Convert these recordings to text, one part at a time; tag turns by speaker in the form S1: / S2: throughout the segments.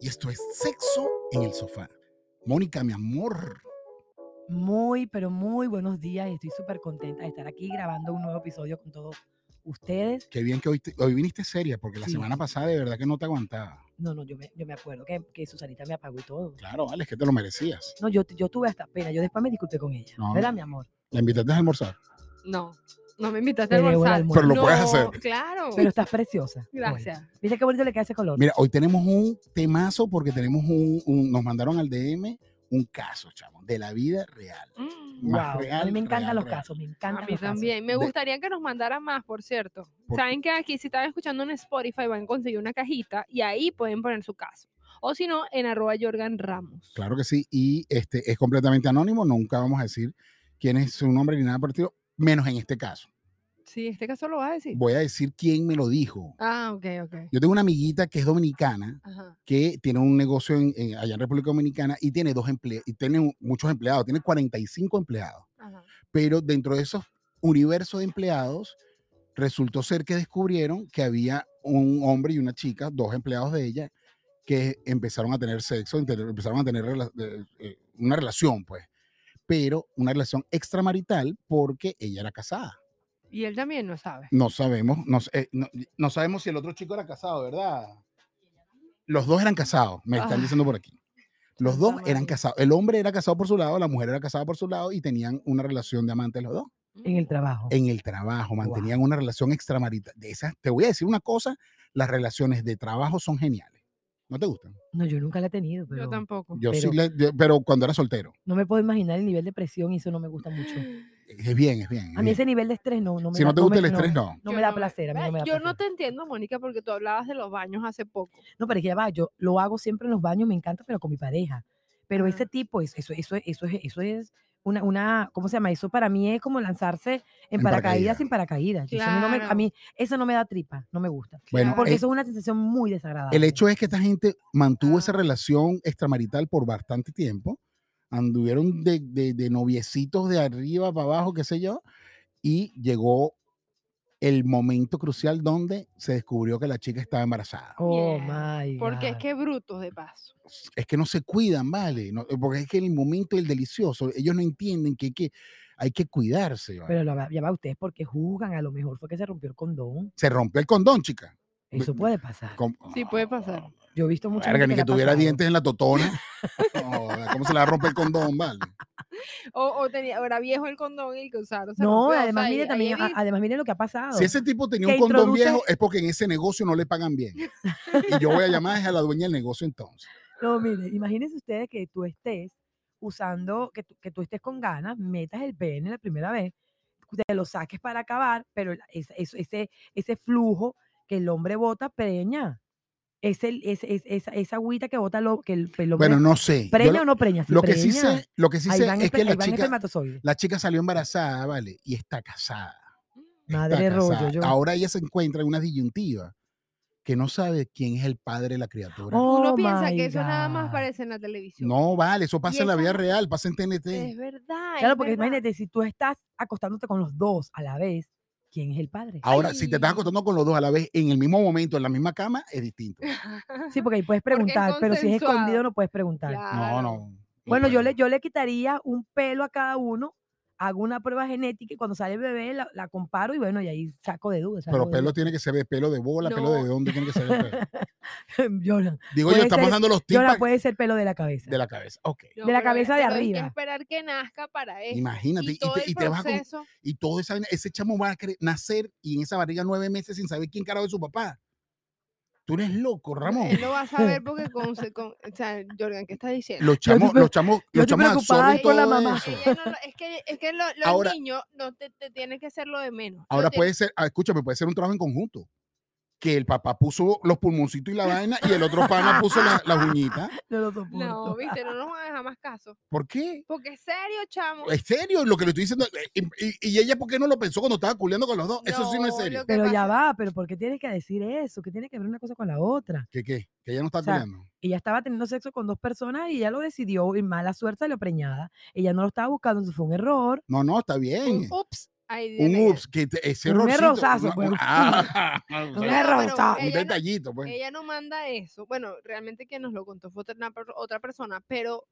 S1: Y esto es Sexo en el Sofá. Mónica, mi amor.
S2: Muy, pero muy buenos días y estoy súper contenta de estar aquí grabando un nuevo episodio con todos ustedes.
S1: Qué bien que hoy, te- hoy viniste seria, porque la
S2: Sí.
S1: semana pasada de verdad que no te aguantaba.
S2: No, no, yo me, yo me acuerdo que, que Susanita me apagó y todo.
S1: Claro, vale, es que te lo merecías.
S2: No, yo, yo tuve hasta pena, yo después me disculpé con ella.
S1: No.
S2: ¿Verdad, mi amor?
S1: La invitaste a almorzar.
S3: No, no me invitaste
S2: Te
S3: a
S2: debo el
S3: almorzar.
S2: almuerzo.
S1: Pero lo puedes hacer.
S3: No, Claro.
S2: Pero estás preciosa. Oye,
S3: Gracias.
S2: Mira qué bonito le queda ese color.
S1: Mira, hoy tenemos un temazo porque tenemos un, un- nos mandaron al DM un caso, chamo, de la vida real.
S3: Mm.
S1: más
S2: Wow, a
S1: real,
S2: mí me encantan
S1: real,
S2: los
S1: real.
S2: casos, me
S3: A
S2: encantan
S3: mí
S2: los casos.
S3: también. Me
S1: De-
S3: gustaría que nos mandaran más, por cierto.
S1: Por-
S3: Saben que aquí si están escuchando en Spotify van a conseguir una cajita y ahí pueden poner su caso. O si no, en arroba Jorgan Ramos.
S1: Claro que sí. Y este es completamente anónimo. Nunca vamos a decir quién es su nombre ni nada partido, menos en este caso.
S3: Sí, este caso lo vas a decir.
S1: Voy a decir quién me lo dijo.
S3: Ah, ok, ok.
S1: Yo tengo una amiguita que es dominicana
S3: Ajá.
S1: que tiene un negocio en, en- allá en República Dominicana y tiene dos emple- y tiene un- muchos empleados, tiene 45 empleados,
S3: ajá.
S1: pero dentro de esos universos de empleados resultó ser que descubrieron que había un hombre y una chica, dos empleados de ella, que empezaron a tener sexo, enter- empezaron a tener rela- eh, eh, una relación, pues, pero una relación extramarital porque ella era casada.
S3: Y él también no sabe.
S1: No sabemos, no, s- eh, no- no sabemos si el otro chico era casado, ¿verdad? Los dos eran casados, me están
S3: Ah,
S1: diciendo por aquí. Los
S3: tanta
S1: dos eran
S3: vaina.
S1: casados. El hombre era casado por su lado, la mujer era casada por su lado y tenían una relación de amantes los dos.
S3: Mm.
S2: En el trabajo.
S1: En el trabajo,
S2: Guau.
S1: mantenían una relación extramarital. De esas, te voy a decir una cosa, las relaciones de trabajo son geniales. ¿No te gustan?
S2: No, yo nunca la he tenido, pero
S3: Yo tampoco.
S1: Yo sí,
S2: Pero-
S1: la- yo- pero cuando era soltero.
S2: no me puedo imaginar el nivel de presión y eso no me gusta mucho.
S1: Es bien, es bien. es
S2: A mí
S1: bien.
S2: ese nivel de estrés no, no me
S1: si
S2: da-
S1: no te gusta el
S2: me-
S1: estrés,
S2: me-
S1: no.
S2: No
S3: Yo
S2: me da
S3: no me-
S2: placer, a mí no
S3: Ve,
S2: me da
S3: Yo no
S2: placer.
S3: te entiendo, Mónica, porque tú hablabas de los baños hace poco.
S2: No, pero es que ya va, yo lo hago siempre en los baños, me encanta, pero con mi pareja. Pero
S3: Ah.
S2: ese tipo, eso, eso, eso, eso, es- eso es una, una, ¿cómo se llama? Eso para mí es como lanzarse en,
S1: En
S2: paracaídas
S1: paracaídas.
S2: sin paracaídas. Yo- eso a mí no me- a
S3: Claro.
S2: mí eso no me da tripa, no me gusta.
S1: Bueno,
S2: Porque
S1: eh,
S2: eso es una sensación muy desagradable.
S1: El hecho es que esta gente mantuvo esa
S3: Ah.
S1: relación extramarital por bastante tiempo. Anduvieron de, de- de noviecitos de arriba para abajo, qué sé yo. Y llegó el momento crucial donde se descubrió que la chica estaba embarazada.
S2: Oh,
S3: Yeah,
S2: my
S3: Porque es
S2: God.
S3: que brutos de paso.
S1: Es que no se cuidan, ¿vale? No, eh, porque es que el momento del delicioso, ellos no entienden que hay que, hay que cuidarse. ¿vale?
S2: Pero lo va- ya va ustedes porque juzgan, a lo mejor fue que se rompió el condón.
S1: se rompió el condón, chica. Ve-
S2: Eso puede pasar.
S1: Com-
S3: Sí, puede pasar.
S2: Yo he visto muchas
S1: Verga,
S2: gente
S1: ni
S2: le
S1: que
S2: ha
S1: tuviera
S2: pasado.
S1: dientes en la totona. Joder, ¿Cómo se le va a romper el condón, vale?
S3: O, o tenía, o era viejo el condón y el que usaron. se
S2: No,
S3: rompió, o sea,
S2: además
S3: ahí-
S2: mire
S3: ahí
S2: también, a-
S3: evita-
S2: además mire lo que ha pasado.
S1: Si ese tipo tenía
S2: que
S1: un condón
S2: introduce-
S1: viejo, es porque en ese negocio no le pagan bien. Y yo voy a llamar es a la dueña del negocio entonces.
S2: No, mire, imagínense ustedes que tú estés usando, que tú, que tú estés con ganas, metas el pene la primera vez, te lo saques para acabar, pero el- es- es- ese, ese flujo que el hombre bota preña. Es el, es, es- esa, esa agüita que bota lo, que el, el hombre
S1: Bueno, no sé. yo
S2: preña o
S1: lo,
S2: no preña. Si
S1: lo que sí
S2: preña,
S1: sé, lo que sí
S2: ahí
S1: sé
S2: van,
S1: es
S2: espe-
S1: que
S2: ahí
S1: la
S2: van
S1: chica,
S2: espermatozoides.
S1: la chica salió embarazada, ¿vale? Y está casada. está
S2: Madre rollo.
S1: casada.
S2: Yo,
S1: Ahora ella se encuentra en una disyuntiva que no sabe quién es el padre de la criatura.
S2: Oh,
S3: Uno piensa
S2: my
S3: que eso nada más
S2: God.
S3: aparece en la televisión.
S1: No, vale, eso pasa en la
S3: esa
S1: vida
S3: no-
S1: real, pasa en TNT.
S3: Es verdad.
S2: claro,
S3: es
S2: porque
S3: verdad.
S2: imagínate, si tú estás acostándote con los dos a la vez, ¿quién es el padre?
S1: Ahora, si te estás
S3: Ay.
S1: acostando con los dos a la vez, en el mismo momento, en la misma cama, es distinto.
S2: Sí, pues, porque ahí puedes
S3: Porque es
S2: preguntar, pero si es escondido
S3: consensuado.
S2: no puedes preguntar.
S1: No,
S3: Claro.
S1: no. no
S2: Bueno, yo
S1: puede.
S2: le, yo le quitaría un pelo a cada uno, hago una prueba genética y cuando sale el bebé la, la comparo y bueno, y ahí saco de dudas.
S1: Pero pelo tiene que ser de pelo de bola, pelo de
S3: No.
S1: dónde tiene que ser de pelo.
S2: Lloran.
S1: Digo yo,
S2: Puede
S1: estamos
S2: ser-
S1: dando los tips
S2: Lloran,
S1: pa-
S2: puede ser pelo de la cabeza.
S1: de la cabeza. Ok.
S3: No,
S2: de la
S3: pero
S2: cabeza de
S3: pero Hay
S2: arriba.
S3: que esperar que nazca para eso.
S1: Imagínate, y
S3: Y todo
S1: te- y
S3: el
S1: te vas con-
S3: proceso.
S1: Y todo esa, vaina- ese chamo va a cre- nacer y en esa barriga nueve meses sin saber quién carajo es su papá. Tú eres loco, Ramón.
S3: Él lo va a saber porque con, se- con- o sea, Jordan, ¿qué estás diciendo?
S1: Los chamos,
S2: estoy pre-
S1: los chamos,
S2: yo
S1: los
S2: estoy
S1: chamos
S2: preocupada
S1: absorben
S2: es por la
S1: todo
S2: mamá.
S1: eso.
S3: Ella no lo- es que, es que lo- los
S1: Ahora-
S3: niños no te, te tienen que ser lo de menos.
S1: Ahora
S3: Lo tienen-
S1: puede ser, ah, escúchame, puede ser un trabajo en conjunto. Que el papá puso los pulmoncitos y la vaina y el otro pana puso la, la uñita.
S2: No lo soporto.
S3: No, viste, no nos van a dejar más caso.
S1: ¿Por qué?
S3: Porque es serio, chamo.
S1: ¿Es serio lo que le estoy diciendo? eh, Y, y- y ella, ¿por qué no lo pensó cuando estaba culeando con los dos? Eso sí no es
S3: No,
S1: serio.
S3: lo que-
S2: pero ya
S3: pasa?
S2: va, pero ¿por qué tienes que decir eso? ¿Qué tiene que ver una cosa con la otra?
S1: ¿Qué qué? Que ella no está
S2: O sea,
S1: culeando.
S2: Ella estaba teniendo sexo con dos personas y ella lo decidió y mala suerte lo preñada. Ella no lo estaba buscando, entonces fue un error.
S1: No, no, está
S3: Un
S1: bien.
S3: Ups, Ay, Dios
S1: Un
S3: mío.
S1: ups, que te- ese
S2: Un
S1: errorcito,
S2: errorazo,
S1: una-
S2: pues.
S1: una- ah, o
S2: Un
S1: sea,
S3: error,
S2: error,
S3: pero
S2: ¿sabes?
S1: un
S3: ella no-
S1: detallito, pues.
S3: Ella no manda eso. Bueno, realmente quien nos lo contó fue otra, una per- otra persona, pero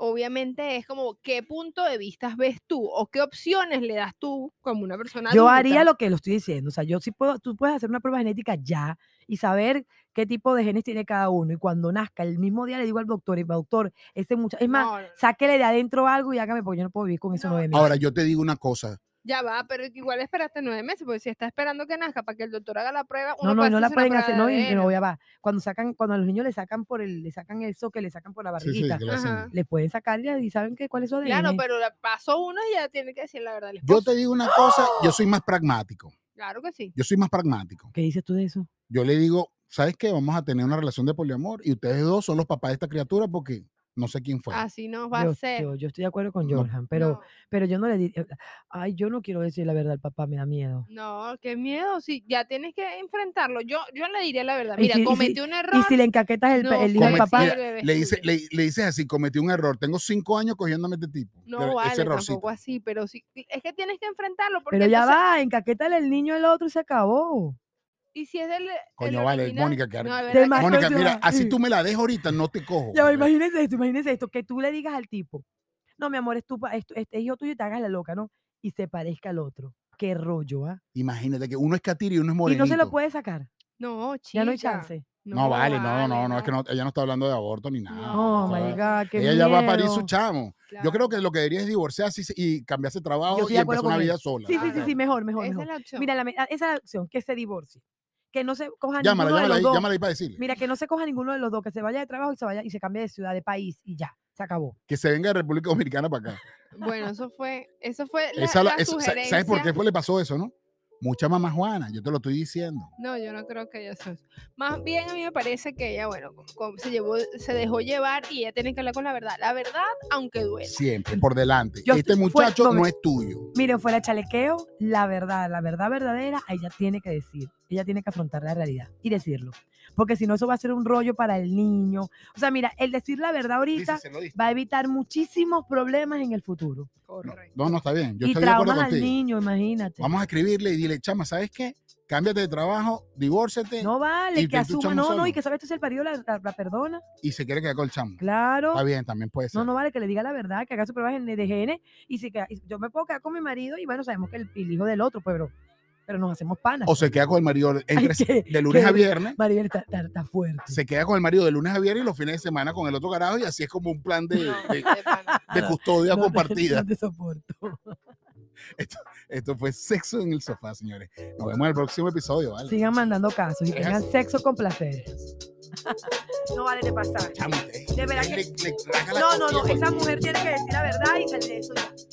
S3: obviamente es como qué punto de vista ves tú o qué opciones le das tú como una persona.
S2: Yo haría lo que lo estoy diciendo. O sea, yo sí puedo, tú puedes hacer una prueba genética ya y saber qué tipo de genes tiene cada uno. Y cuando nazca, el mismo día le digo al doctor, el doctor, ese muchacho, es más, sáquele de adentro algo y hágame, porque yo no puedo vivir con eso
S3: No,
S2: nueve meses.
S1: Ahora, yo te digo una cosa.
S3: ya va, pero igual esperaste nueve meses, porque si está esperando que nazca para que el doctor haga la prueba,
S2: No,
S3: uno
S2: no,
S3: puede
S2: no la
S3: hacerse una
S2: pueden
S3: prueba
S2: hacer,
S3: de
S2: no, y-
S3: ADN.
S2: no, ya va. Cuando sacan, cuando a los niños le sacan por el, le sacan eso que le sacan por la
S1: Sí, sí,
S2: barriguita,
S1: que lo hacen.
S3: Ajá.
S2: le pueden sacar ya y saben que cuál es su ADN.
S3: Claro, pero la pasó uno y ya tiene que decir la verdad. al
S1: Yo
S3: esposo.
S1: te digo una cosa, yo soy más pragmático.
S3: Claro que sí.
S1: Yo soy más pragmático.
S2: ¿Qué dices tú de eso?
S1: Yo le digo, ¿sabes qué? Vamos a tener una relación de poliamor y ustedes dos son los papás de esta criatura porque no sé quién fue.
S3: Así no va
S2: yo,
S3: a ser.
S2: yo- yo estoy de acuerdo con
S1: No,
S2: Jordan, pero,
S3: No.
S2: pero yo no le diría, ay, yo no quiero decir la verdad al papá, me da miedo.
S3: No, qué miedo. Si ya tienes que enfrentarlo. Yo, yo le diría la verdad.
S2: Y
S3: Mira,
S2: si- y si-
S3: cometí un error.
S2: Y si le encaquetas el, pe-
S3: no
S2: el hijo al
S1: cometí-
S3: fue
S2: papá,
S3: el
S1: Mira,
S3: bebé
S1: Le, dice,
S3: tuyo.
S1: le, le dices así, cometí un error, tengo cinco años cogiéndome a este tipo.
S3: No
S1: Pero
S3: vale,
S1: ese errorcito.
S3: tampoco así, pero sí. Es que tienes que enfrentarlo. Porque
S2: pero ya
S3: entonces-
S2: va, encaquétale el niño al otro y se acabó.
S3: Y si es del. el
S1: Coño, vale,
S3: original,
S1: Mónica, que-
S3: no, de
S1: Te
S3: verdad que
S2: ma-
S3: no.
S1: Mónica,
S2: yo-
S1: mira, así
S2: sí.
S1: tú me la dejas ahorita, no te cojo.
S2: Ya, va,
S1: ¿verdad?
S2: imagínense esto, imagínense esto, que tú le digas al tipo, no, mi amor, es tu, pa- es tu- este hijo tuyo y te hagas la loca, ¿no? Y se parezca al otro. Qué rollo, ¿ah?
S1: Imagínate que uno es catiri y uno es
S2: Y
S1: morenito.
S2: no se lo puede sacar,
S3: No,
S2: ya no hay
S3: chica,
S2: chance.
S1: No, vale, no, no, no, es que no, ella no está hablando de aborto ni nada.
S3: No,
S2: No,
S1: o sea,
S2: marica, Oh qué
S1: Ella ya va a parir su
S2: miedo.
S1: chamo. Yo creo que lo que debería es divorciarse y se- y cambiarse de trabajo
S2: estoy
S1: y empezar
S2: de acuerdo
S1: una
S2: con
S1: vida
S2: él.
S1: sola.
S2: Sí, sí, sí,
S3: Claro.
S2: sí, mejor, mejor,
S3: Esa es
S2: mejor.
S3: la opción.
S2: Mira, la me- ah, esa es la opción, que se divorcie. Que no se coja
S1: Llámala,
S2: ninguno de
S1: llámala
S2: los
S1: ahí,
S2: dos.
S1: llámala ahí para decirle.
S2: Mira, que no se coja ninguno de los dos, que se vaya de trabajo y se vaya y se cambie de ciudad, de país y ya, se acabó.
S1: Que se venga de República Dominicana para acá.
S3: Bueno, eso fue. Eso fue. La,
S1: Esa la-
S3: la
S1: eso- sa- ¿Sabes por qué
S3: sugerencia.
S1: fue- le pasó eso, no? Mucha mamá Juana, yo te lo estoy diciendo.
S3: No, yo no creo que ella sea eso. Más bien a mí me parece que ella, bueno, co- co- se, llevó, se dejó llevar y ella tiene que hablar con la verdad. La verdad, aunque duele.
S1: Siempre, por delante.
S2: Yo
S1: este
S2: estoy- fue-
S1: muchacho
S2: Domi-
S1: no es tuyo.
S2: Miren, fuera de chalequeo, la verdad, la verdad verdadera, ella tiene que decir, ella tiene que afrontar la realidad y decirlo. Porque si no, eso va a ser un rollo para el niño. O sea, mira, el decir la verdad ahorita
S1: Díselo, díselo.
S2: va a evitar muchísimos problemas en el futuro.
S1: No,
S3: Correcto.
S1: no, no, está bien. Yo
S2: y
S1: estoy de acuerdo
S2: traumas al
S1: contigo.
S2: niño, imagínate.
S1: Vamos a escribirle y dile, chama, ¿sabes qué? Cámbiate de trabajo, divórciate
S2: No vale,
S1: Y
S2: que
S1: tú- tú
S2: asuma,
S1: chamo
S2: no, no,
S1: solo.
S2: y que sabes tú si el parido la, la- la perdona.
S1: y se quiere quedar con el chamo.
S2: Claro.
S1: Está bien, también puede ser.
S2: No, no vale que le diga la verdad, que haga su prueba gen- de genes y si queda- y yo me puedo quedar con mi marido y bueno, sabemos que el, el hijo del otro, pero, pero nos hacemos panas.
S1: O se queda con el marido entre-
S2: qué-
S1: de lunes
S2: qué-
S1: a viernes.
S2: Maribel está, está- está fuerte.
S1: Se queda con el marido de lunes a viernes y los fines de semana con el otro carajo y así es como un plan de,
S3: No,
S1: de-
S3: de pana.
S1: de custodia
S2: No te-
S1: compartida.
S2: no te soporto.
S1: Esto fue Sexo en el Sofá, señores. Nos vemos en el próximo episodio, ¿vale?
S2: Sigan mandando casos y
S1: Es
S2: tengan
S1: así.
S2: sexo con placer. No vale de pasar.
S1: Chamo, te-
S2: De verdad
S1: le-
S2: que-
S1: le rasga la
S2: No, no, no.
S1: costilla.
S2: Esa mujer tiene que decir la verdad y salir de eso. ya.